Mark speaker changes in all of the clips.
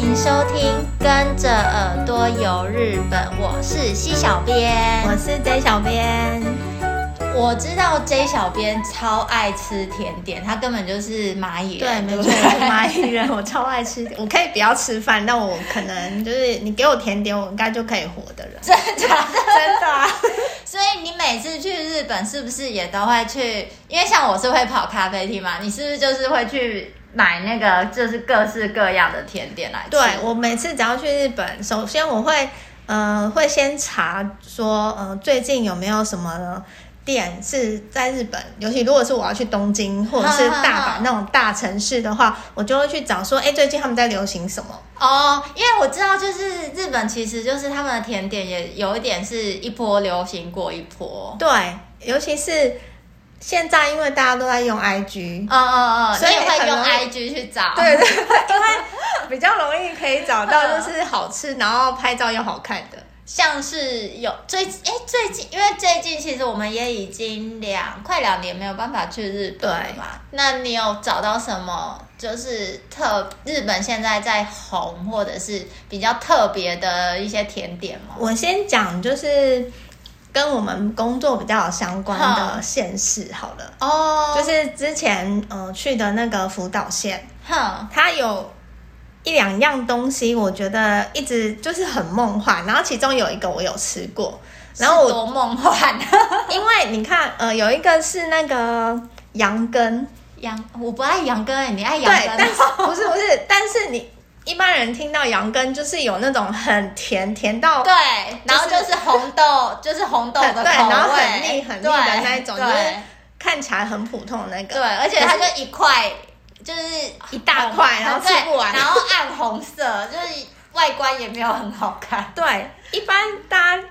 Speaker 1: 迎收听《跟着耳朵游日本》，我是西小编。
Speaker 2: 我是 J 小编，
Speaker 1: 我知道 J 小编超爱吃甜点，他根本就是蚂蚁
Speaker 2: 对，
Speaker 1: 人，
Speaker 2: 没
Speaker 1: 对，
Speaker 2: 错，我是蚂蚁人，我超爱吃，我可以不要吃饭，但我可能就是你给我甜点，我应该就可以活的人，
Speaker 1: 真的假的？
Speaker 2: 真的、啊。
Speaker 1: 所以你每次去日本是不是也都会去？因为像我是会跑咖啡厅嘛，你是不是就是会去买那个就是各式各样的甜点来吃？
Speaker 2: 对我每次只要去日本，首先我会呃会先查说呃最近有没有什么店是在日本，尤其如果是我要去东京或者是大
Speaker 1: 嗯嗯
Speaker 2: 阪
Speaker 1: 嗯
Speaker 2: 那种大城市的话，我就会去找说，哎、最近他们在流行什么？
Speaker 1: 哦，因为我知道，就是日本其实就是他们的甜点也有一点是一波流行过一波。
Speaker 2: 对，尤其是现在因为大家都在用 IG，
Speaker 1: 嗯嗯嗯，
Speaker 2: 所
Speaker 1: 所
Speaker 2: 以
Speaker 1: 以会
Speaker 2: 很
Speaker 1: 用
Speaker 2: 容易
Speaker 1: IG 去找。
Speaker 2: 对对对，因为 比较容易可以
Speaker 1: 嗯
Speaker 2: 找到就是好吃，然后拍照又好看的。
Speaker 1: 像是有最哎、最近，因为最近其实我们也已经两快两年没有办法去日本了嘛。那你有找到什么就是特日本现在在红或者是比较特别的一些甜点吗？
Speaker 2: 我先讲就是跟我们工作比较有相关的县市好了，
Speaker 1: 哦，
Speaker 2: 就是之前呃去的那个福岛县，
Speaker 1: 哼，
Speaker 2: 它有一两样东西，我觉得一直就是很梦幻，然后其中有一个我有吃过，然后
Speaker 1: 是
Speaker 2: 我
Speaker 1: 多梦幻
Speaker 2: 因为你看呃有一个是那个羊羹，
Speaker 1: 羊，我不爱羊羹、欸，你爱
Speaker 2: 对
Speaker 1: 羊，羹
Speaker 2: 但
Speaker 1: 吗？
Speaker 2: 是不是不是，但是你。一般人听到羊羹就是有那种很甜，甜到
Speaker 1: 对，然后就是红豆，就是红豆的口
Speaker 2: 很
Speaker 1: 味，
Speaker 2: 对然后很腻很腻的
Speaker 1: 对
Speaker 2: 那一种
Speaker 1: 对
Speaker 2: 就是看起来很普通的那个，
Speaker 1: 对，而且它就一块，就是
Speaker 2: 一大块，然后吃不完
Speaker 1: 对。然后暗红色，就是外观也没有很好看。
Speaker 2: 对，一般大家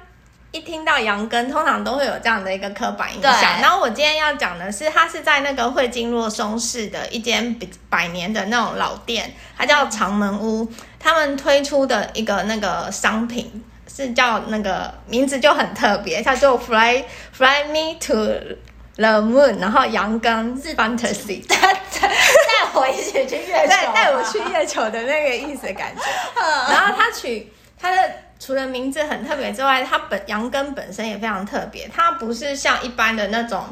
Speaker 2: 一听到羊羹，通常都会有这样的一个刻板印
Speaker 1: 对
Speaker 2: 象。然后我今天要讲的是，它是在那个惠京若松市的一间比百年的那种老店，它叫长门屋，他们推出的一个那个商品。是叫那个名字就很特别，叫做 Fly Fly Me to the Moon，然后羊羹
Speaker 1: 是啊
Speaker 2: Fantasy，
Speaker 1: 带我一起去月球
Speaker 2: 带
Speaker 1: 啊，
Speaker 2: 带我去月球的那个意思的感觉。 然后他取他的除了名字很特别之外，它本羊羹本身也非常特别，它不是像一般的那种。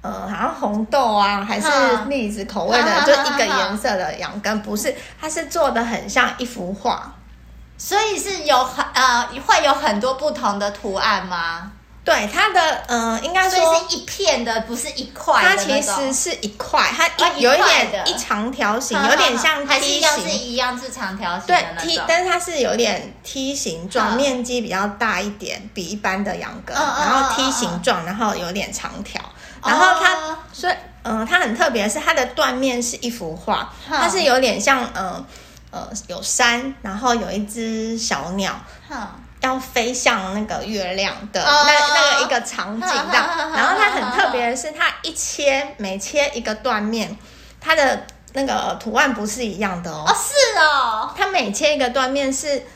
Speaker 2: 呃，好像红豆啊，还是
Speaker 1: 嗯
Speaker 2: 栗子口味的，
Speaker 1: 嗯
Speaker 2: 就
Speaker 1: 嗯
Speaker 2: 一个
Speaker 1: 嗯嗯
Speaker 2: 颜色的羊羹，不是，它是做的很像一幅画。
Speaker 1: 所以是有很呃，会有很多不同的图案吗？
Speaker 2: 对，它的呃，应该
Speaker 1: 所以
Speaker 2: 说
Speaker 1: 是一片的，不是一块的
Speaker 2: 它
Speaker 1: 那种。
Speaker 2: 其实是一块，它
Speaker 1: 哦
Speaker 2: 一
Speaker 1: 一
Speaker 2: 有一
Speaker 1: 块
Speaker 2: 点
Speaker 1: 的
Speaker 2: 一长条形，
Speaker 1: 嗯
Speaker 2: 有点像
Speaker 1: 还
Speaker 2: T
Speaker 1: 是要是
Speaker 2: 型，
Speaker 1: 一样是长条形
Speaker 2: 对
Speaker 1: 的
Speaker 2: T，
Speaker 1: 那种。
Speaker 2: 但是它是有点梯形状，
Speaker 1: 嗯
Speaker 2: 面积比较大一点，比一般的羊羹，
Speaker 1: 嗯嗯
Speaker 2: 然
Speaker 1: 嗯
Speaker 2: 后梯
Speaker 1: 嗯
Speaker 2: 形
Speaker 1: 嗯
Speaker 2: 状，然后有点长条，然后它
Speaker 1: 哦
Speaker 2: 所以，嗯、呃，它很特别的是它的断面是一幅画，
Speaker 1: 哼
Speaker 2: 它是有点像，呃，呃，有山，然后有一只小鸟
Speaker 1: 哼
Speaker 2: 要飞向那个月亮的、
Speaker 1: 哦嗯
Speaker 2: 那那个一个场景这样
Speaker 1: 哼哼哼哼
Speaker 2: 然后它很特别的是，它一切每切一个断面，它的那个图案不是一样的
Speaker 1: 哦，是哦，
Speaker 2: 它每切一个断面是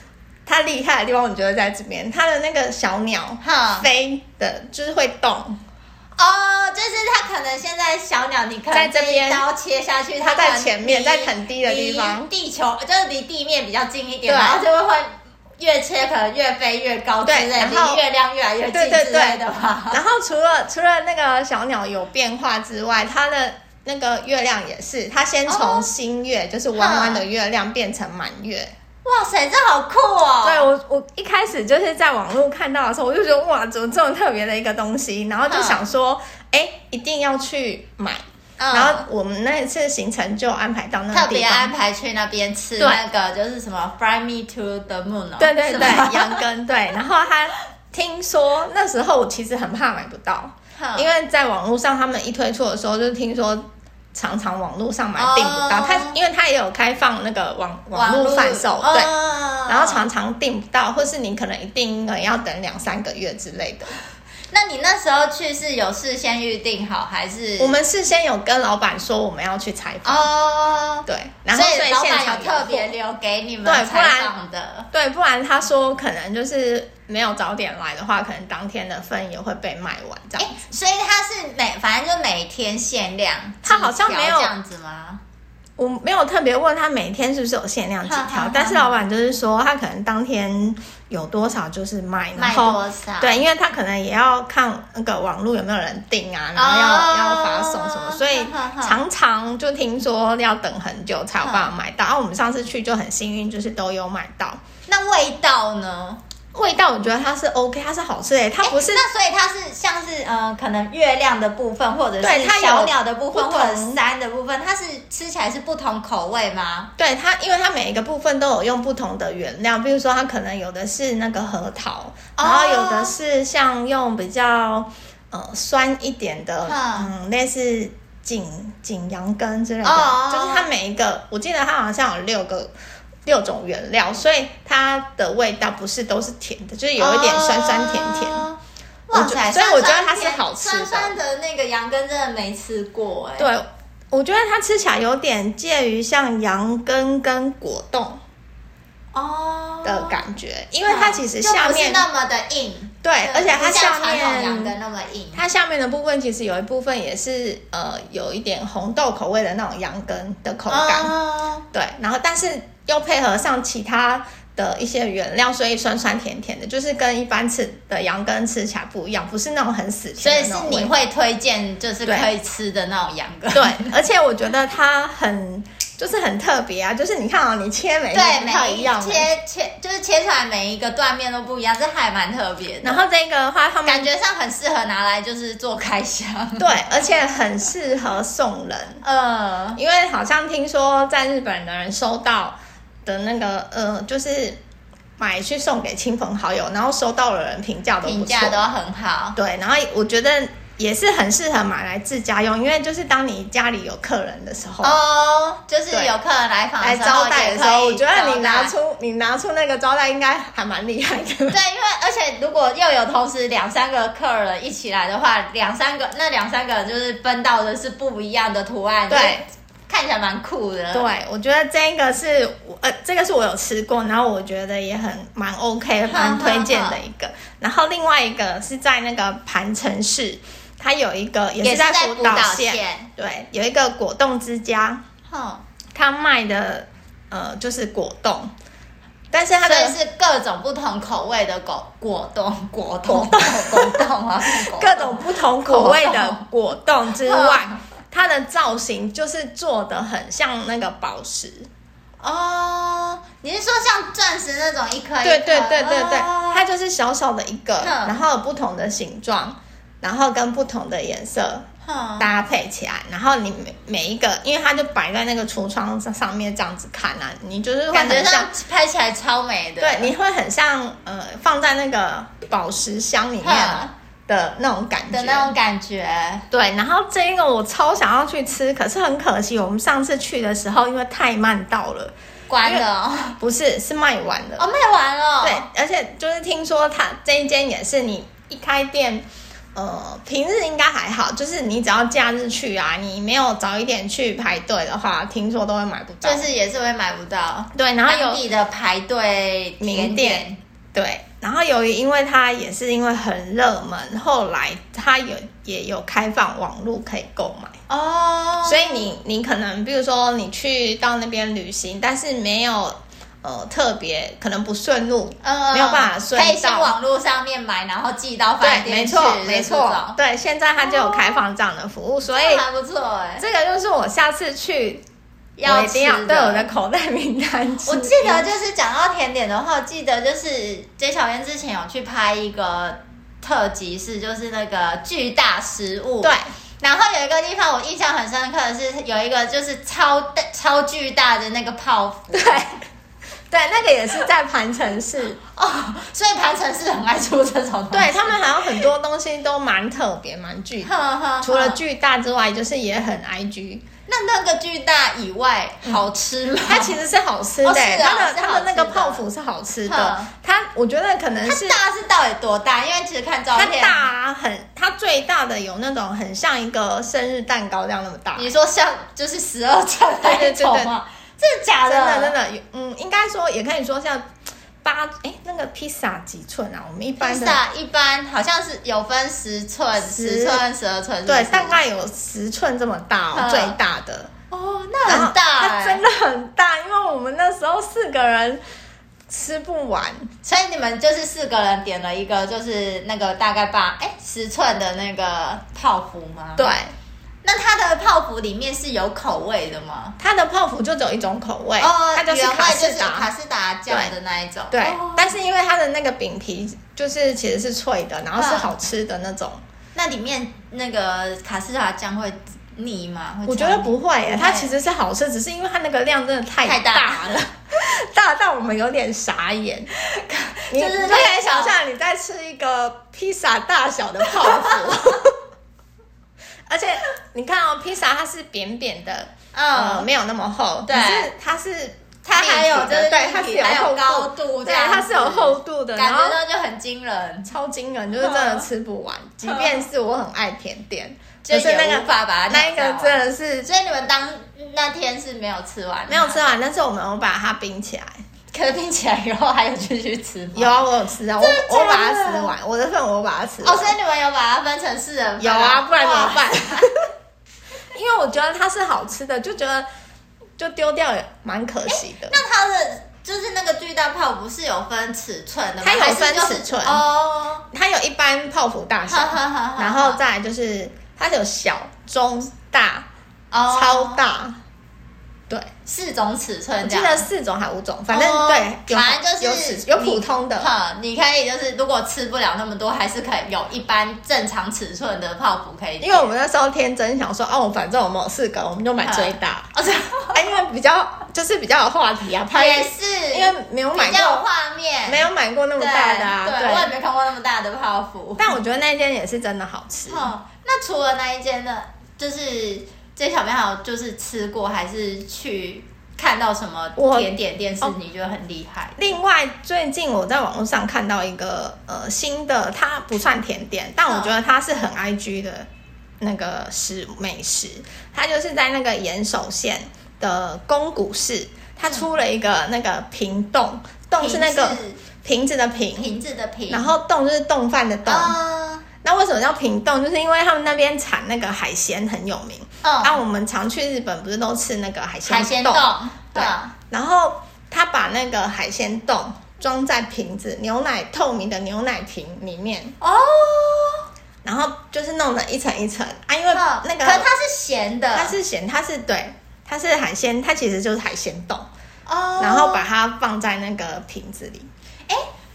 Speaker 2: 它厉害的地方，我觉得在这边，它的那个小鸟
Speaker 1: 哈
Speaker 2: 飞的，就是会动，
Speaker 1: 哦，就是它可能现在小鸟，你可能
Speaker 2: 在这边
Speaker 1: 一刀切下去，
Speaker 2: 它
Speaker 1: 它
Speaker 2: 在
Speaker 1: 可能
Speaker 2: 前面
Speaker 1: 离
Speaker 2: 在很低的地方
Speaker 1: 离地球就是离地面比较近一点，
Speaker 2: 对
Speaker 1: 然后就会会越切可能越飞越高之
Speaker 2: 对
Speaker 1: 类，
Speaker 2: 然后
Speaker 1: 离月亮越来越近
Speaker 2: 对对
Speaker 1: 之类
Speaker 2: 对
Speaker 1: 的吧。
Speaker 2: 然后除了除了那个小鸟有变化之外，它的那个月亮也是，它先
Speaker 1: 哦
Speaker 2: 从新月、就是弯弯的月亮变成满月。
Speaker 1: 哇塞，这好酷哦！
Speaker 2: 对我我一开始就是在网络看到的时候，我就觉得哇，怎么这么特别的一个东西，然后就
Speaker 1: 嗯
Speaker 2: 想说，哎、一定要去买。
Speaker 1: 嗯
Speaker 2: 然后我们那一次行程就安排到那个地
Speaker 1: 特
Speaker 2: 方，
Speaker 1: 别安排去那边吃
Speaker 2: 对
Speaker 1: 那个就是什么 Fly Me to the Moon 哦，
Speaker 2: 对对
Speaker 1: 是
Speaker 2: 对
Speaker 1: 吗，
Speaker 2: 羊羹对。然后他听说那时候我其实很怕买不到，
Speaker 1: 哼
Speaker 2: 因为在网络上他们一推出的时候，就听说常常网络上买
Speaker 1: 哦
Speaker 2: 订不到，他因为他也有开放那个网 网络贩售，对。
Speaker 1: 嗯
Speaker 2: 然后常常订不到，或是你可能一定可能要等两三个月之类的。
Speaker 1: 那你那时候去是有事先预定好还是
Speaker 2: 我们事先有跟老板说我们要去采访，
Speaker 1: 哦？
Speaker 2: 对，然后所以
Speaker 1: 老
Speaker 2: 现
Speaker 1: 板
Speaker 2: 场
Speaker 1: 有
Speaker 2: 有
Speaker 1: 特别
Speaker 2: 货
Speaker 1: 留给你们
Speaker 2: 对不然
Speaker 1: 采访的，
Speaker 2: 对，不然他说可能就是没有早点来的话，可能当天的份也会被卖完这
Speaker 1: 哎、
Speaker 2: 样。
Speaker 1: 所以它是每反正就每天限量，
Speaker 2: 它好像没有
Speaker 1: 这样子吗？
Speaker 2: 我没有特别问他每天是不是有限量几
Speaker 1: 哈哈
Speaker 2: 条
Speaker 1: 哈，
Speaker 2: 但是老板就是说他可能当天有多少就是卖，然
Speaker 1: 卖
Speaker 2: 后
Speaker 1: 多少？
Speaker 2: 对，因为他可能也要看那个网络有没有人订啊，然后要、
Speaker 1: 哦
Speaker 2: 要发送什么，所以
Speaker 1: 哈哈哈
Speaker 2: 常常就听说要等很久才有办法买到。啊然后、我们上次去就很幸运，就是都有买到。
Speaker 1: 那味道呢？
Speaker 2: 味道我觉得它是 OK，它是好吃的、欸它不
Speaker 1: 诶
Speaker 2: 是
Speaker 1: 那所以它是像是呃，可能月亮的部分，或者
Speaker 2: 对
Speaker 1: 是
Speaker 2: 它有
Speaker 1: 小鸟的部分，
Speaker 2: 不
Speaker 1: 或
Speaker 2: 同
Speaker 1: 者是山的部分，它是吃起来是不同口味吗？
Speaker 2: 对它，因为它每一个部分都有用不同的原料，比如说它可能有的是那个核桃，
Speaker 1: 哦
Speaker 2: 然后有的是像用比较呃酸一点的，
Speaker 1: 嗯
Speaker 2: 嗯，类似锦锦羊羹之类的，
Speaker 1: 哦哦哦
Speaker 2: 就是它每一个，我记得它好像有六个。六种原料，所以它的味道不是都是甜的，就是有一点酸酸甜甜。
Speaker 1: 哦
Speaker 2: 我
Speaker 1: 哇
Speaker 2: 觉
Speaker 1: 塞！
Speaker 2: 所以我觉得
Speaker 1: 酸酸
Speaker 2: 它是
Speaker 1: 甜
Speaker 2: 好吃的
Speaker 1: 酸酸的那个羊羹真的没吃过哎、
Speaker 2: 对，我觉得它吃起来有点介于像羊羹跟果冻
Speaker 1: 哦
Speaker 2: 的感觉，因为它其实下
Speaker 1: 就不是
Speaker 2: 面
Speaker 1: 那么的硬，
Speaker 2: 对
Speaker 1: 就，
Speaker 2: 而且它
Speaker 1: 不像
Speaker 2: 下
Speaker 1: 传统羊
Speaker 2: 面
Speaker 1: 羹那么硬。
Speaker 2: 它下面的部分其实有一部分也是呃有一点红豆口味的那种羊羹的口感，
Speaker 1: 哦
Speaker 2: 对，然后但是又配合上其他的一些原料，所以酸酸甜甜的，就是跟一般吃的羊羹吃起来不一样，不是那种很死
Speaker 1: 所以
Speaker 2: 甜的
Speaker 1: 是
Speaker 2: 那种味道。
Speaker 1: 你会推荐，就是
Speaker 2: 对
Speaker 1: 可以吃的那种羊羹。
Speaker 2: 对， 而且我觉得它很就是很特别啊，就是你看哦，你切每一
Speaker 1: 对，
Speaker 2: 个不太
Speaker 1: 每
Speaker 2: 一
Speaker 1: 一
Speaker 2: 样的，
Speaker 1: 切切就是切出来每一个断面都不一样，这还蛮特别的。
Speaker 2: 然后这个的话，他们
Speaker 1: 感觉上很适合拿来就是做开箱。
Speaker 2: 对，而且很适合送人，
Speaker 1: 呃，
Speaker 2: 因为好像听说在日本的人收到的那个呃，就是买去送给亲朋好友，然后收到的人评价都不
Speaker 1: 评
Speaker 2: 错
Speaker 1: 价，都很好。
Speaker 2: 对，然后我觉得也是很适合买来自家用，因为就是当你家里有客人的时候。
Speaker 1: 哦，就是
Speaker 2: 对
Speaker 1: 有客人来访
Speaker 2: 来
Speaker 1: 的时候
Speaker 2: 招待
Speaker 1: 也
Speaker 2: 的
Speaker 1: 可
Speaker 2: 时候，我
Speaker 1: 以
Speaker 2: 觉得你
Speaker 1: 招
Speaker 2: 拿
Speaker 1: 待
Speaker 2: 出你拿出那个招待应该还蛮厉害的。
Speaker 1: 对，因为而且如果又有同时两三个客人一起来的话，两三个那两三个人就是分到的是不一样的图案，
Speaker 2: 对，
Speaker 1: 看起来蛮酷的。
Speaker 2: 对，我觉得这个是我呃，这个是我有吃过，然后我觉得也很蛮 OK，蛮推荐的一个。然后另外一个是在那个盘城市，它有一个也
Speaker 1: 也
Speaker 2: 是在
Speaker 1: 在
Speaker 2: 岛
Speaker 1: 岛
Speaker 2: 县，，对，有一个果冻之家，
Speaker 1: 哼，
Speaker 2: 它卖的呃就是果冻，但是它
Speaker 1: 所以
Speaker 2: 的
Speaker 1: 是各种不同口味的果果 冻、果冻、果冻啊，果冻
Speaker 2: 各种不同口味的果冻嗯之 外，它的造型就是做的很像那个宝石。
Speaker 1: 哦，你是说像钻石那种一颗一颗？
Speaker 2: 对对对对对，
Speaker 1: 哦
Speaker 2: 它就是小小的一个，
Speaker 1: 嗯
Speaker 2: 然后有不同的形状，然后跟不同的颜色
Speaker 1: 哼
Speaker 2: 搭配起来，然后你每每一个，因为它就摆在那个橱窗上上面这样子看啊，你就是会
Speaker 1: 感觉
Speaker 2: 很
Speaker 1: 上
Speaker 2: 像，
Speaker 1: 拍起来超美的。
Speaker 2: 对，你会很像呃放在那个宝石箱里面
Speaker 1: 哼
Speaker 2: 的那种感觉
Speaker 1: 嗯的那种感觉。
Speaker 2: 对，然后这个我超想要去吃，可是很可惜，我们上次去的时候因为太慢到了，
Speaker 1: 关了哦，
Speaker 2: 不是是卖完了。
Speaker 1: 哦卖完了。
Speaker 2: 对，而且就是听说他这一间也是你一开店，呃，平日应该还好，就是你只要假日去啊，你没有早一点去排队的话，听说都会买不到。
Speaker 1: 就是也是会买不到。
Speaker 2: 对，然后
Speaker 1: 当
Speaker 2: 有
Speaker 1: 地的排队
Speaker 2: 名
Speaker 1: 甜
Speaker 2: 店
Speaker 1: 点，
Speaker 2: 对，然后由于因为它也是因为很热门，后来它有也有开放网络可以购买。
Speaker 1: 哦，
Speaker 2: 所以你你可能比如说你去到那边旅行，但是没有呃特别可能不顺路，
Speaker 1: 呃
Speaker 2: 没有办法顺道
Speaker 1: 可以先网络上面买，然后寄到饭
Speaker 2: 对，
Speaker 1: 店
Speaker 2: 没
Speaker 1: 去，
Speaker 2: 错
Speaker 1: 是，
Speaker 2: 没
Speaker 1: 这
Speaker 2: 错
Speaker 1: 种，，哦
Speaker 2: 对，现在它就有开放这样的服务，所以
Speaker 1: 这还不错哎。
Speaker 2: 这个就是我下次去
Speaker 1: 要
Speaker 2: 我一定要
Speaker 1: 吃
Speaker 2: 对
Speaker 1: 的
Speaker 2: 我的口袋名单之一。
Speaker 1: 我记得就是讲到甜点的话，我记得就是杰小燕之前有去拍一个特辑，是就是那个巨大食物。
Speaker 2: 对。
Speaker 1: 然后有一个地方我印象很深刻的是，有一个就是超大超巨大的那个泡芙
Speaker 2: 对 对，那个也是在盘城市，
Speaker 1: 哦，所以盘城是很爱出这种东西。
Speaker 2: 对他们好像很多东西都蛮特别，蛮 巨大。
Speaker 1: 呵呵，
Speaker 2: 除
Speaker 1: 呵
Speaker 2: 了巨大之外，就是也很 IG，
Speaker 1: 那那个巨大以外，好吃吗？
Speaker 2: 它其实是好吃
Speaker 1: 哦
Speaker 2: 的、欸
Speaker 1: 是啊
Speaker 2: 它的
Speaker 1: 是好
Speaker 2: 它的那个
Speaker 1: 吃的
Speaker 2: 泡芙是好吃的
Speaker 1: 哼，
Speaker 2: 它我觉得可能
Speaker 1: 它
Speaker 2: 是
Speaker 1: 大是到底多大？哦因为其实看照
Speaker 2: 它
Speaker 1: 片，
Speaker 2: 大啊很，它最大的有那种很像一个生日蛋糕这样那么大，
Speaker 1: 你说像就是十二寸那一种吗？真的假
Speaker 2: 真的真
Speaker 1: 的
Speaker 2: 的，有嗯，应该说也可以说像八，哎，那个披萨几寸啊？我们一般
Speaker 1: 披
Speaker 2: 的
Speaker 1: 萨一般好像是有分十寸、
Speaker 2: 十
Speaker 1: 十寸、十二寸，
Speaker 2: 对
Speaker 1: 是，不是
Speaker 2: 大概有十寸这么大哦
Speaker 1: 嗯，
Speaker 2: 最大的。
Speaker 1: 哦，那
Speaker 2: 然后
Speaker 1: 很大欸
Speaker 2: 它四个人吃不完，
Speaker 1: 所以你们就是四个人点了一个，就是那个大概八哎十寸的那个泡芙吗？
Speaker 2: 对，，
Speaker 1: 那它的泡芙里面是有口味的吗？
Speaker 2: 它的泡芙就只有一种口味，
Speaker 1: 哦，
Speaker 2: 它就是
Speaker 1: 原味
Speaker 2: 卡
Speaker 1: 就
Speaker 2: 士
Speaker 1: 是
Speaker 2: 达，
Speaker 1: 卡士达酱的那一种。
Speaker 2: 对，
Speaker 1: 哦
Speaker 2: 但是因为它的那个饼皮就是其实是脆的，然后是
Speaker 1: 嗯
Speaker 2: 好吃的那种，
Speaker 1: 那里面那个卡士达酱会腻吗？会
Speaker 2: 我觉得
Speaker 1: 呛
Speaker 2: 不会耶，它
Speaker 1: 不会
Speaker 2: 其实是好吃，只是因为它那个量真的太
Speaker 1: 太
Speaker 2: 大
Speaker 1: 大
Speaker 2: 了，大到我们有点傻眼。你
Speaker 1: 就是
Speaker 2: 你
Speaker 1: 那
Speaker 2: 就可以
Speaker 1: 种
Speaker 2: 想象你在吃一个披萨大小的泡芙，而且你看哦，披萨它是扁扁的，呃，
Speaker 1: 嗯，
Speaker 2: 没有那么厚，
Speaker 1: 对
Speaker 2: 可是它是。
Speaker 1: 它还有就是
Speaker 2: 对，它是
Speaker 1: 立体还有
Speaker 2: 厚
Speaker 1: 高度这
Speaker 2: 对，
Speaker 1: 样
Speaker 2: 它是有
Speaker 1: 子
Speaker 2: 厚度的，然
Speaker 1: 感觉
Speaker 2: 后
Speaker 1: 到就很惊人，
Speaker 2: 超惊人，就是真的吃不完。即便是我很爱甜点，
Speaker 1: 就
Speaker 2: 嗯可是那
Speaker 1: 也
Speaker 2: 个啊
Speaker 1: 无法把它
Speaker 2: 那一
Speaker 1: 吃
Speaker 2: 个
Speaker 1: 完
Speaker 2: 真的是
Speaker 1: 所以你们当那天是没有吃完，
Speaker 2: 没有吃，完，但是我们有把它冰起来。
Speaker 1: 可是冰起来以后还有继续吃吗？
Speaker 2: 有啊，我有吃啊，我
Speaker 1: 真的假的
Speaker 2: 我把它吃完，我的份我把它吃完。
Speaker 1: 哦，所以你们有把它分成四人份
Speaker 2: 有啊，不然怎么？
Speaker 1: 哇
Speaker 2: 办？因为我觉得它是好吃的，就觉得就丢掉也蛮可惜的。
Speaker 1: 那它的就是那个巨大泡芙是有分尺寸的吗？
Speaker 2: 它有
Speaker 1: 还是
Speaker 2: 分
Speaker 1: 就是
Speaker 2: 尺寸
Speaker 1: 哦，
Speaker 2: 它有一般泡芙大小
Speaker 1: 哈，哈哈哈
Speaker 2: 然后再来就是它有小、中、大、
Speaker 1: 哦
Speaker 2: 超大，对。
Speaker 1: 四种尺
Speaker 2: 我
Speaker 1: 寸这
Speaker 2: 记
Speaker 1: 样，
Speaker 2: 得四种还五种，反正、
Speaker 1: 哦
Speaker 2: 对，有
Speaker 1: 反正就是
Speaker 2: 有尺有普通的，
Speaker 1: 哈，你可以就是如果吃不了那么多，还是可以有一般正常尺寸的泡芙可以点。
Speaker 2: 因为我们那时候天真想说，哦，反正我们有四个，我们就买最 大，
Speaker 1: 哦，这
Speaker 2: 哎、因为比较就是比较有话题啊，拍，
Speaker 1: 也是，
Speaker 2: 因为没有买
Speaker 1: 比较有
Speaker 2: 过，
Speaker 1: 画面，
Speaker 2: 没有买过那么
Speaker 1: 对
Speaker 2: 大的啊，
Speaker 1: 对，我也
Speaker 2: 对。
Speaker 1: 没看过那么大的泡芙。
Speaker 2: 但我觉得那间也是真的好吃，
Speaker 1: 哦，那除了那一间呢，就是这小编还有就是吃过，还是去看到什么
Speaker 2: 我
Speaker 1: 甜点店是你觉得很厉害？
Speaker 2: 另外，最近我在网络上看到一个呃新的，它不算甜点，但我觉得它是很 IG 的那个食美食。它就是在那个岩手县的宫古市，它出了一个那个平洞，洞哦是那个瓶子的瓶，
Speaker 1: 瓶子的瓶，
Speaker 2: 然后洞就是冻饭的洞。
Speaker 1: 啊，
Speaker 2: 那为什么叫平洞？就是因为他们那边产那个海鲜很有名。那、
Speaker 1: 嗯，
Speaker 2: 我们常去日本，不是都吃那个哦啊海
Speaker 1: 海
Speaker 2: 鲜
Speaker 1: 鲜
Speaker 2: 冻
Speaker 1: 冻？，
Speaker 2: 对
Speaker 1: 嗯
Speaker 2: 然后他把那个海鲜冻装在瓶子，牛奶透明的牛奶瓶里面，
Speaker 1: 哦，
Speaker 2: 然后就是弄了一层一层啊，因为
Speaker 1: 嗯
Speaker 2: 那
Speaker 1: 可是它
Speaker 2: 个
Speaker 1: 是咸的，
Speaker 2: 它是咸，它是对，它是海鲜，它其实就是海鲜冻，
Speaker 1: 哦，
Speaker 2: 然后把它放在那个瓶子里，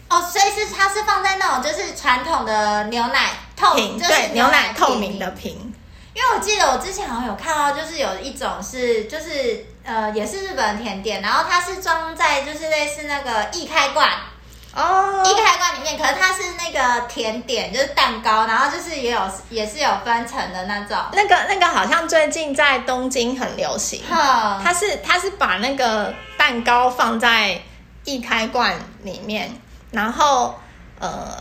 Speaker 1: 哦，所以是它是放在那种就是传统的牛奶透
Speaker 2: 瓶
Speaker 1: 哦就是
Speaker 2: 对，牛奶透
Speaker 1: 瓶
Speaker 2: 明的瓶，
Speaker 1: 因为我记得我之前好像有看到，就是有一种是就是呃也是日本甜点，然后它是装在就是类似那个易开罐，易
Speaker 2: 哦，
Speaker 1: 开罐里面，可是它是那个甜点就是蛋糕，然后就是也有也是有分层的那种，
Speaker 2: 那个那个好像最近在东京很流行，
Speaker 1: 哼，
Speaker 2: 它是它是把那个蛋糕放在易开罐里面，然后呃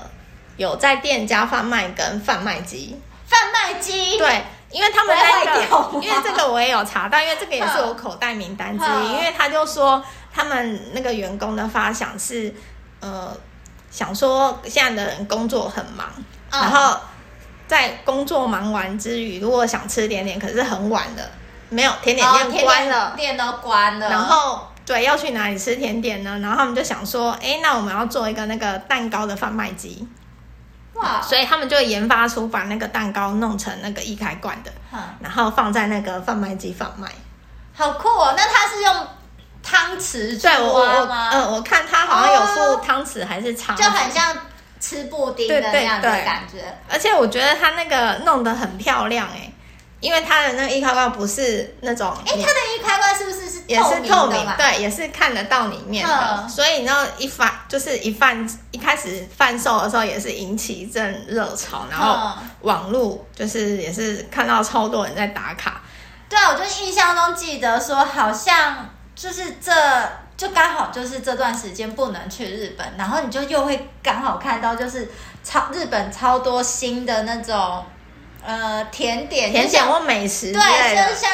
Speaker 2: 有在店家贩卖跟贩卖机，
Speaker 1: 贩卖机，
Speaker 2: 对，因为他们那
Speaker 1: 不会坏掉
Speaker 2: 个，
Speaker 1: 吗
Speaker 2: 因为这个我也有查到，因为这个也是我口袋名单之一，
Speaker 1: 嗯
Speaker 2: 因为他就说他们那个员工的发想是呃想说现在的人工作很忙，
Speaker 1: 嗯
Speaker 2: 然后在工作忙完之余，如果想吃点点，可是很晚了。没有甜点
Speaker 1: 哦
Speaker 2: 店关了，
Speaker 1: 甜点店都关了，
Speaker 2: 然后对要去哪里吃甜点呢？然后他们就想说，哎，那我们要做一个那个蛋糕的贩卖机，
Speaker 1: 哇，
Speaker 2: 所以他们就研发出把那个蛋糕弄成那个易开罐的，
Speaker 1: 哼，
Speaker 2: 然后放在那个贩卖机贩卖。
Speaker 1: 好酷哦！那它是用汤匙去
Speaker 2: 对我我
Speaker 1: 挖
Speaker 2: 我
Speaker 1: 吗？
Speaker 2: 呃，我看他好像有
Speaker 1: 哦
Speaker 2: 附汤匙还是叉子，
Speaker 1: 就很像吃布丁
Speaker 2: 对
Speaker 1: 的
Speaker 2: 对
Speaker 1: 那样的
Speaker 2: 对
Speaker 1: 感觉，
Speaker 2: 而且我觉得他那个弄得很漂亮哎、诶因为他的那个易开罐不是那种
Speaker 1: 哎、它
Speaker 2: 你
Speaker 1: 的一开关是不是是
Speaker 2: 也是透
Speaker 1: 的
Speaker 2: 明
Speaker 1: 嘛，？
Speaker 2: 对，也是看得到里面的。
Speaker 1: 嗯
Speaker 2: 所以你知道一发就是一贩一开始贩售的时候也是引起一阵热潮，然后
Speaker 1: 嗯
Speaker 2: 网络就是也是看到超多人在打卡。
Speaker 1: 对啊，我就印象中记得说，好像就是这就刚好就是这段时间不能去日本，然后你就又会刚好看到就是超日本超多新的那种呃甜点，
Speaker 2: 甜
Speaker 1: 就像
Speaker 2: 点或美食之类
Speaker 1: 对，就
Speaker 2: 的，
Speaker 1: 像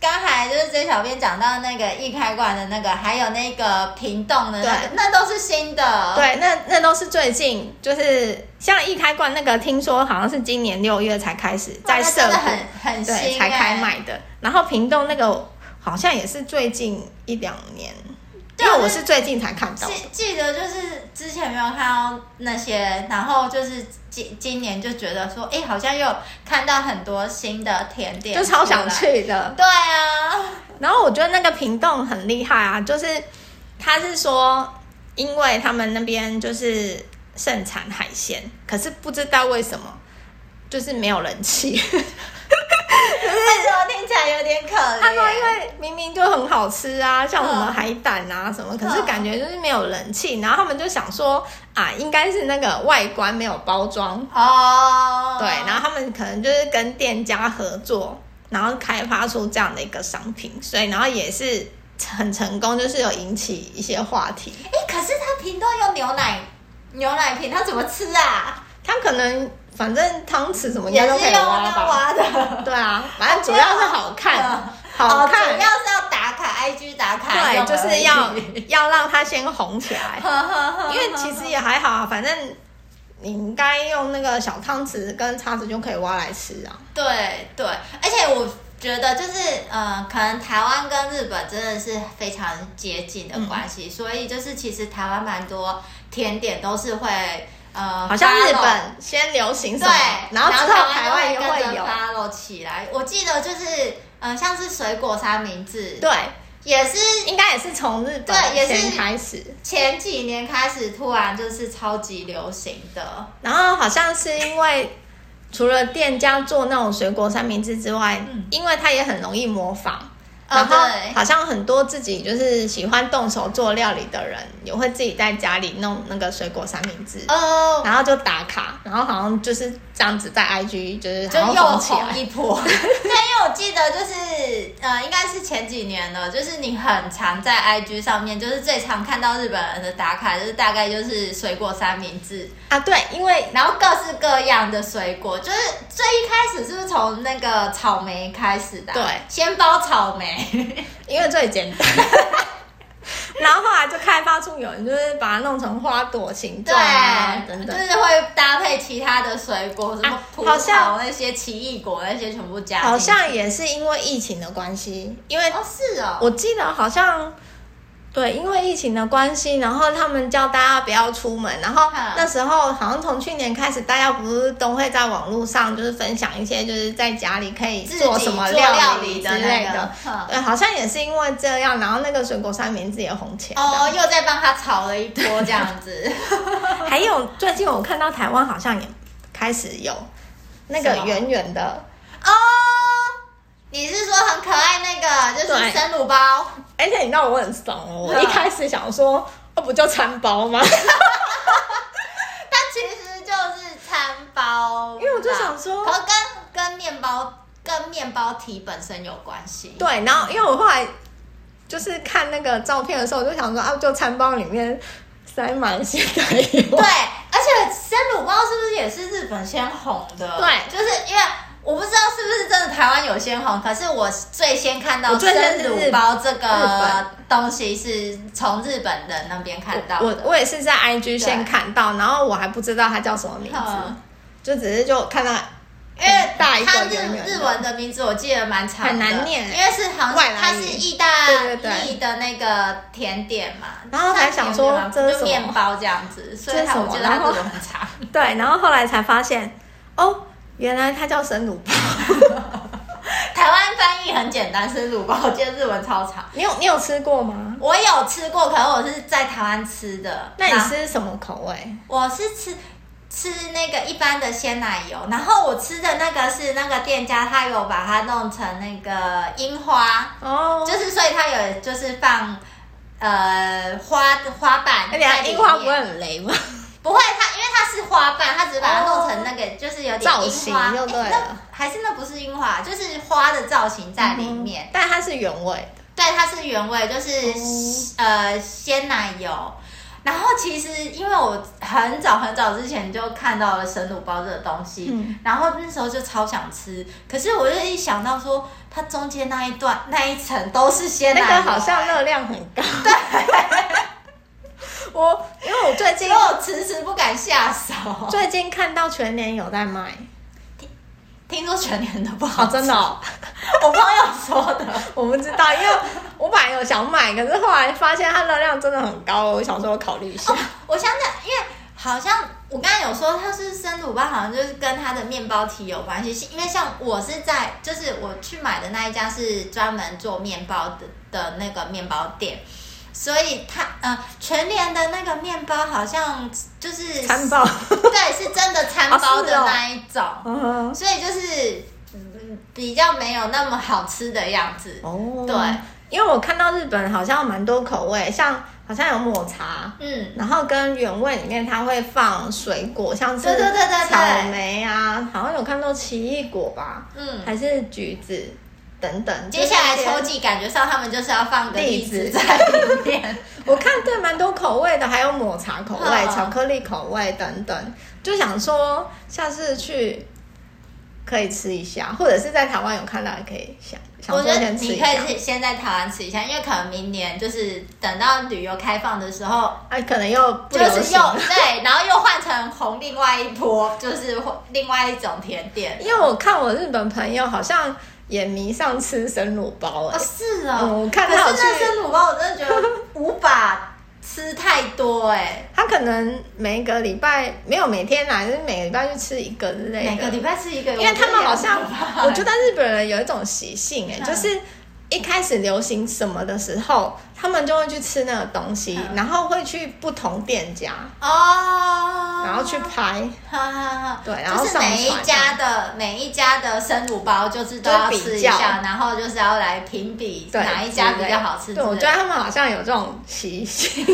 Speaker 1: 刚才就是这小编讲到那个易开罐的那个，还有那个平洞的那个
Speaker 2: 对，
Speaker 1: 那都是新的。
Speaker 2: 对，那那都是最近就是像易开罐那个，听说好像是今年六月才开始
Speaker 1: 哇，
Speaker 2: 在
Speaker 1: 那
Speaker 2: 社
Speaker 1: 真的
Speaker 2: 谷
Speaker 1: 很很新、
Speaker 2: 对
Speaker 1: 欸，
Speaker 2: 才开卖的，然后屏东那个好像也是最近一两年。
Speaker 1: 啊
Speaker 2: 因为我是最近才看到的。
Speaker 1: 记记得就是之前没有看到那些，然后就是今今年就觉得说，哎、好像又看到很多新的甜点，
Speaker 2: 就超想。去的。
Speaker 1: 对啊，
Speaker 2: 然后我觉得那个屏东很厉害啊，就是他是说，因为他们那边就是盛产海鲜，可是不知道为什么就是没有人气。
Speaker 1: 为什么听起来有点可怜？
Speaker 2: 他说因为明明就很好吃啊，像什么
Speaker 1: 嗯
Speaker 2: 海胆啊什么，可是
Speaker 1: 嗯
Speaker 2: 感觉就是没有人气。然后他们就想说啊，应该是那个外观没有包装，
Speaker 1: 哦，
Speaker 2: 对，然后他们可能就是跟店家合作，然后开发出这样的一个商品，所以然后也是很成功，就是有引起一些话题。
Speaker 1: 哎、可是他瓶都有牛奶牛奶瓶，他怎么吃啊？
Speaker 2: 他可能反正汤匙什么应
Speaker 1: 也
Speaker 2: 该
Speaker 1: 是
Speaker 2: 都可以
Speaker 1: 用
Speaker 2: 挖
Speaker 1: 那
Speaker 2: 吧？
Speaker 1: 挖的。
Speaker 2: 对啊，反正主要是好 看
Speaker 1: 嗯，
Speaker 2: 好
Speaker 1: 哦，
Speaker 2: 看
Speaker 1: 主。要是要打卡，IG 打卡
Speaker 2: 啊对，
Speaker 1: 用而已，
Speaker 2: 就是 要要让它先红起 来，因为其实也还好啊，反正你应该用那个小汤匙跟叉子就可以挖来吃啊。
Speaker 1: 对对，而且我觉得就是呃，可能台湾跟日本真的是非常接近的关系，所以就是其实台湾蛮多甜点都是会呃，
Speaker 2: 好像日
Speaker 1: follow
Speaker 2: 本先流行什
Speaker 1: 对
Speaker 2: 么，，然后之后台湾
Speaker 1: 湾
Speaker 2: 也
Speaker 1: 会
Speaker 2: 会有，
Speaker 1: follow 起来。我记得就是呃，像是水果三明治，
Speaker 2: 对，
Speaker 1: 也是
Speaker 2: 应该也是从日本
Speaker 1: 对也是
Speaker 2: 先开始，
Speaker 1: 前几年开始突然就是超级流行的。
Speaker 2: 然后好像是因为除了店家做那种水果三明治之外，
Speaker 1: 嗯
Speaker 2: 因为它也很容易模仿。
Speaker 1: 哦
Speaker 2: 然后
Speaker 1: 对
Speaker 2: 好像很多自己就是喜欢动手做料理的人，也会自己在家里弄那个水果三明治，
Speaker 1: 哦，
Speaker 2: 然后就打卡，然后好像就是这样子在 IG 就是
Speaker 1: 就哦
Speaker 2: 好啊
Speaker 1: 又
Speaker 2: 像红起
Speaker 1: 红
Speaker 2: 来，
Speaker 1: 一 波。对，因为我记得就是呃，应该是前几年了，就是你很常在 IG 上面，就是最常看到日本人的打卡，就是大概就是水果三明治，
Speaker 2: 啊，对，因为
Speaker 1: 然后各式各样的水果，就是最一开始是不是从那个草莓开始的啊、
Speaker 2: 对
Speaker 1: 先包草 莓，
Speaker 2: 因为最简 单。然后后来就开发出有人就是把它弄成花朵形
Speaker 1: 对
Speaker 2: 状啊，，等
Speaker 1: 就
Speaker 2: 等。
Speaker 1: 是会搭配其他的水果，什么
Speaker 2: 啊
Speaker 1: 葡
Speaker 2: 好像
Speaker 1: 萄那些、奇异果那些全部加进去，
Speaker 2: 好像也是因为疫情的关系，因为
Speaker 1: 哦是哦，
Speaker 2: 我记得好像对，因为疫情的关系，然后他们叫大家不要出门，然后
Speaker 1: 嗯
Speaker 2: 那时候好像从去年开始，大家不是都会在网络上就是分享一些就是在家里可以
Speaker 1: 自己
Speaker 2: 做什么
Speaker 1: 做料
Speaker 2: 理
Speaker 1: 理
Speaker 2: 之
Speaker 1: 的那
Speaker 2: 类
Speaker 1: 个
Speaker 2: 的
Speaker 1: 嗯。
Speaker 2: 对，好像也是因为这样，然后那个水果三明治也红起来。
Speaker 1: 哦，又在帮他炒了一波这样子，
Speaker 2: 还有最近我看到台湾好像也开始有那个
Speaker 1: 什么
Speaker 2: 圆圆的，
Speaker 1: 哦，你是说很可爱那个，就是
Speaker 2: 对
Speaker 1: 生乳包，
Speaker 2: 而哎且你知道我很怂哦，我
Speaker 1: 嗯
Speaker 2: 一开始想说，那不就餐包吗？
Speaker 1: 它其实就是餐包吧，
Speaker 2: 因为我就想说
Speaker 1: 可跟跟面包跟面包体本身有关系，
Speaker 2: 对，然后因为我后来就是看那个照片的时候，我就想说，啊，不就餐包里面塞满现代
Speaker 1: 对，
Speaker 2: 油。
Speaker 1: 而且生乳包是不是也是日本先红的？
Speaker 2: 对
Speaker 1: 就是因为。我不知道是不是真的台湾有先红，可是我最先看到
Speaker 2: 我最先
Speaker 1: 生
Speaker 2: 是
Speaker 1: 乳包这
Speaker 2: 日
Speaker 1: 个东西是从日本人那边看到的。
Speaker 2: 我我也是在 IG 先看到，然后我还不知道它叫什么名字
Speaker 1: 嗯，
Speaker 2: 就只是就看到
Speaker 1: 因为
Speaker 2: 大一个
Speaker 1: 它
Speaker 2: 圆圆的
Speaker 1: 日日文的名字我记得蛮长的，
Speaker 2: 很难念
Speaker 1: 因为是好
Speaker 2: 外
Speaker 1: 像
Speaker 2: 来语
Speaker 1: 它是意大
Speaker 2: 对对对
Speaker 1: 利的那个甜点嘛，
Speaker 2: 然后还想说
Speaker 1: 那甜点嘛
Speaker 2: 这是什
Speaker 1: 就
Speaker 2: 么
Speaker 1: 面包这样子，所以
Speaker 2: 这是
Speaker 1: 它
Speaker 2: 什么
Speaker 1: 我觉得它
Speaker 2: 然后
Speaker 1: 这种很长，
Speaker 2: 对，然后后来才发现，哦，原来它叫生乳包。
Speaker 1: 台湾翻译很简单，是乳包，我记得日文超长。
Speaker 2: 你有你有吃过吗？
Speaker 1: 我有吃过，可是我是在台湾吃的。
Speaker 2: 那你
Speaker 1: 然后
Speaker 2: 吃什么口味？
Speaker 1: 我是吃吃那个一般的鲜奶油，然后我吃的那个是那个店家他有把它弄成那个樱花，
Speaker 2: 哦，
Speaker 1: 就是所以它有就是放呃花花瓣在
Speaker 2: 而
Speaker 1: 里面，
Speaker 2: 且哎樱花不会很雷吗？
Speaker 1: 不会它，因为它是花瓣，它只是把它弄成那个、就是有点
Speaker 2: 造
Speaker 1: 樱
Speaker 2: 型
Speaker 1: 花
Speaker 2: 就
Speaker 1: 诶
Speaker 2: 对了
Speaker 1: 那还是那不是樱花，就是花的造型在里面。
Speaker 2: 但它是原味的。
Speaker 1: 对，它是原味，就是、
Speaker 2: 哦
Speaker 1: 呃鲜奶油。然后其实因为我很早很早之前就看到了神乳包这个东西，
Speaker 2: 嗯
Speaker 1: 然后那时候就超想吃，可是我就一想到说它中间那一段那一层都是鲜奶
Speaker 2: 那
Speaker 1: 油，
Speaker 2: 个好像热量很 高。对，我因为我最近
Speaker 1: 因为我迟迟不敢下手。
Speaker 2: 最近看到全年有在卖，
Speaker 1: 听说全年的不好吃，
Speaker 2: 真的 哦、
Speaker 1: 我朋友说的。
Speaker 2: 我不知道，因为我本来有想买，可是后来发现它热量真的很高，我想说我考虑一下。
Speaker 1: 我想想，因为好像我刚才有说它是生乳包，好像就是跟它的面包体有关系。是因为像我是在，就是我去买的那一家是专门做面包的的那个面包店，所以它呃全联的那个面包好像就是
Speaker 2: 餐包，
Speaker 1: 对，是真的餐包的那一种，
Speaker 2: 嗯
Speaker 1: 所以就是嗯比较没有那么好吃的样子。
Speaker 2: 哦
Speaker 1: 对，
Speaker 2: 因为我看到日本好像蛮多口味，像好像有抹茶，
Speaker 1: 嗯，
Speaker 2: 然后跟原味里面它会放水果，像是
Speaker 1: 对对对对对
Speaker 2: 草莓啊，好像有看到奇异果吧，
Speaker 1: 嗯
Speaker 2: 还是橘子等等。
Speaker 1: 接下来
Speaker 2: 就是那些
Speaker 1: 秋季感觉上他们就是要放个
Speaker 2: 栗
Speaker 1: 栗子
Speaker 2: 子
Speaker 1: 在里面。
Speaker 2: 我看对蛮多口味的，还有抹茶口味、
Speaker 1: 嗯
Speaker 2: 巧克力口味等等，就想说下次去可以吃一下，或者是在台湾有看到也可以想 想
Speaker 1: 我
Speaker 2: 说
Speaker 1: 觉得
Speaker 2: 先吃
Speaker 1: 你
Speaker 2: 一
Speaker 1: 可
Speaker 2: 下。
Speaker 1: 以去先在台湾吃一下，因为可能明年就是等到旅游开放的时候，
Speaker 2: 哎、可能又不
Speaker 1: 就
Speaker 2: 流
Speaker 1: 是
Speaker 2: 行
Speaker 1: 又
Speaker 2: 了，
Speaker 1: 对，然后又换成红另外一波，就是另外一种甜点。
Speaker 2: 因为我看我日本朋友好像也迷上吃生乳包、哎、
Speaker 1: 哦，是哦，
Speaker 2: 嗯我看
Speaker 1: 可
Speaker 2: 他
Speaker 1: 是
Speaker 2: 有去
Speaker 1: 那生乳包，我真的觉得无法吃太多 哎、
Speaker 2: 他可能每个礼拜没有每天啦，就是每个礼拜去吃一个之类的。
Speaker 1: 每个礼拜吃一个，
Speaker 2: 因为他们好像
Speaker 1: 我觉得也无，法
Speaker 2: 我觉得日本人有一种习性、哎，
Speaker 1: 嗯
Speaker 2: 就是一开始流行什么的时候，他们就会去吃那个东西，
Speaker 1: 嗯
Speaker 2: 然后会去不同店家，
Speaker 1: 哦，
Speaker 2: 然后去拍，
Speaker 1: 哈哈哈，
Speaker 2: 对然后
Speaker 1: 就是每一
Speaker 2: 上传
Speaker 1: 家的每一家的生乳包，就是都要
Speaker 2: 就是
Speaker 1: 吃
Speaker 2: 比
Speaker 1: 一
Speaker 2: 较
Speaker 1: 下，然后就是要来评比
Speaker 2: 对，
Speaker 1: 哪一家比较好吃之类的。
Speaker 2: 对，我觉得他们好像有这种习性，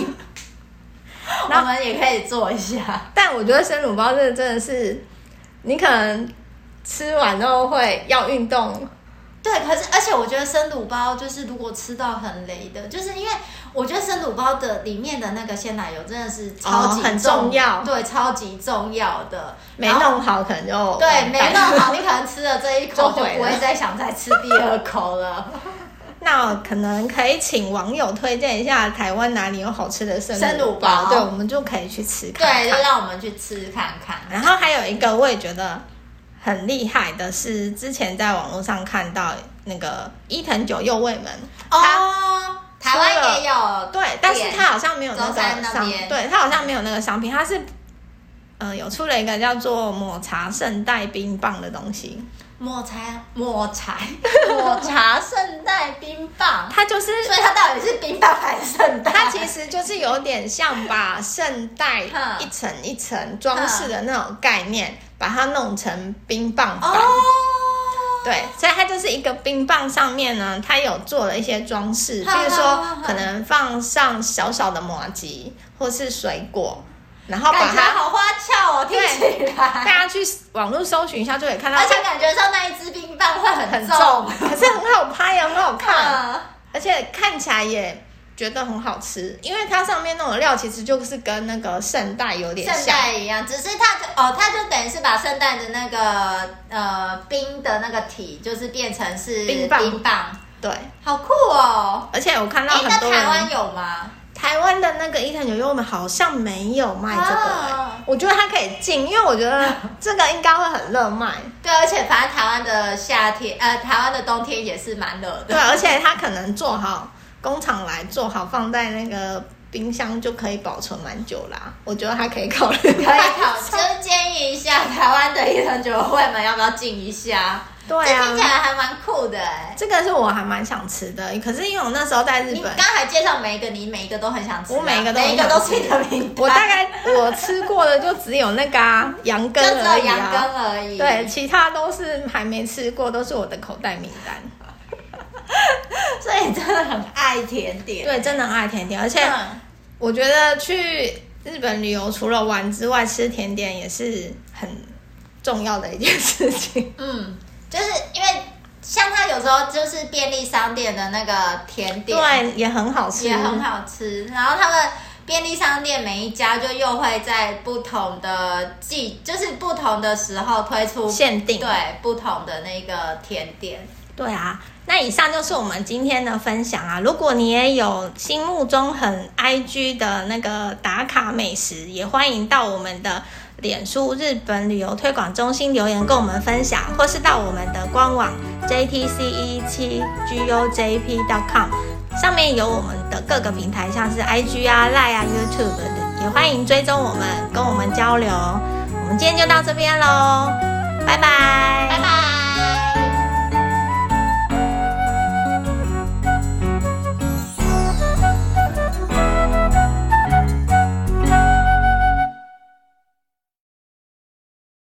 Speaker 1: 我们也可以做一下。
Speaker 2: 但我觉得生乳包这个真的是，你可能吃完之后会要运动，
Speaker 1: 对，可是而且我觉得生乳包就是如果吃到很雷的，就是因为我觉得生乳包的里面的那个鲜奶油真的是超级
Speaker 2: 哦很重要
Speaker 1: 对，超级重要的。
Speaker 2: 没
Speaker 1: 然后
Speaker 2: 弄好可能就
Speaker 1: 哦对
Speaker 2: 完
Speaker 1: 没
Speaker 2: 蛋
Speaker 1: 弄好，你可能吃了这一口
Speaker 2: 就
Speaker 1: 就
Speaker 2: 毁了
Speaker 1: 不会再想再吃第二口了。
Speaker 2: 那可能可以请网友推荐一下台湾哪里有好吃的生
Speaker 1: 生乳包
Speaker 2: 对，我们就可以去吃看看。
Speaker 1: 对，就让我们去吃看看。
Speaker 2: 然后还有一个我也觉得很厉害的是，之前在网络上看到那个伊藤久右卫门，他
Speaker 1: 哦，台湾也有，
Speaker 2: 对，但是他好像没有那
Speaker 1: 中
Speaker 2: 个
Speaker 1: 山那
Speaker 2: 商，
Speaker 1: 边
Speaker 2: 对他好像没有那个商品，他是。呃，有出了一个叫做抹茶圣代冰棒的东西，
Speaker 1: 抹茶抹茶抹茶圣代冰棒，
Speaker 2: 它就是
Speaker 1: 所以它到底是冰棒还是圣代？
Speaker 2: 它其实就是有点像把圣代
Speaker 1: 嗯
Speaker 2: 一层一层装饰的那种概念，把它弄成冰棒版。
Speaker 1: 哦，
Speaker 2: 对，所以它就是一个冰棒上面呢，它有做了一些装饰，比
Speaker 1: 嗯
Speaker 2: 如说
Speaker 1: 嗯嗯嗯
Speaker 2: 可能放上小小的麻吉或是水果，然后把
Speaker 1: 感觉
Speaker 2: 它
Speaker 1: 好花俏哦，听
Speaker 2: 对
Speaker 1: 起
Speaker 2: 大
Speaker 1: 来，
Speaker 2: 家去网络搜寻一下就可以看到，
Speaker 1: 而且感觉上那一只冰棒会很
Speaker 2: 很
Speaker 1: 重，
Speaker 2: 重，可是很好拍，啊也很好看，
Speaker 1: 嗯
Speaker 2: 而且看起来也。觉得很好吃，因为它上面那种料其实就是跟那个圣代有点
Speaker 1: 圣
Speaker 2: 像，
Speaker 1: 代一样，只是它就哦，它就等于是把圣代的那个呃冰的那个体，就是变成是
Speaker 2: 冰棒
Speaker 1: 冰棒
Speaker 2: 对，
Speaker 1: 好酷哦！
Speaker 2: 而且我看到
Speaker 1: 哎，那
Speaker 2: 很多人，
Speaker 1: 台湾有吗？
Speaker 2: 台湾的那个伊藤牛肉们好像没有卖这个、欸
Speaker 1: 啊
Speaker 2: 我觉得它可以进，因为我觉 得这个应该会很热卖。
Speaker 1: 对，而且反正台湾的夏天，呃，台湾的冬天也是蛮热
Speaker 2: 对，啊
Speaker 1: 的。
Speaker 2: 而且它可能做好，工厂来做好，放在那个冰箱就可以保存蛮久啦。我觉得还可以考虑，可
Speaker 1: 可以考，就建议一下台湾的一藤酒会们要不要进一下？
Speaker 2: 对
Speaker 1: 这听起来
Speaker 2: 啊，
Speaker 1: 还蛮酷的哎、
Speaker 2: 这个是我还蛮想吃的，可是因为我那时候在日
Speaker 1: 你
Speaker 2: 本
Speaker 1: 刚。才介绍每一个，你每一个都很想吃啊、
Speaker 2: 我每一个都
Speaker 1: 每一个
Speaker 2: 很
Speaker 1: 都
Speaker 2: 想
Speaker 1: 是你的名单，
Speaker 2: 我大概我吃过的就只有那个啊羊
Speaker 1: 就
Speaker 2: 羹
Speaker 1: 只
Speaker 2: 而
Speaker 1: 有
Speaker 2: 已
Speaker 1: 羊
Speaker 2: 啊，
Speaker 1: 羹而已。
Speaker 2: 对，，其他都是还没吃过，都是我的口袋名单。
Speaker 1: 所以你真的很爱甜点。
Speaker 2: 对，真的很爱甜点，而且
Speaker 1: 嗯，
Speaker 2: 我觉得去日本旅游，除了玩之外，吃甜点也是很重要的一件事情。
Speaker 1: 嗯，就是因为像它有时候就是便利商店的那个甜点， 啊
Speaker 2: 对，也很好吃，
Speaker 1: 也很。好吃。然后他们便利商店每一家就又会在不同的季，就是不同的时候推出
Speaker 2: 限定
Speaker 1: 对不同的那个甜点。
Speaker 2: 对啊，那以上就是我们今天的分享啊。如果你也有心目中很 IG 的那个打卡美食，也欢迎到我们的脸书日本旅游推广中心留言跟我们分享，或是到我们的官网 jtc 1 7 gujp.com 上面有我们的各个平台，像是 IG 啊、Line 啊、YouTube 的，也欢迎追踪我们，跟我们交流。我们今天就到这边喽，拜拜，
Speaker 1: 拜拜。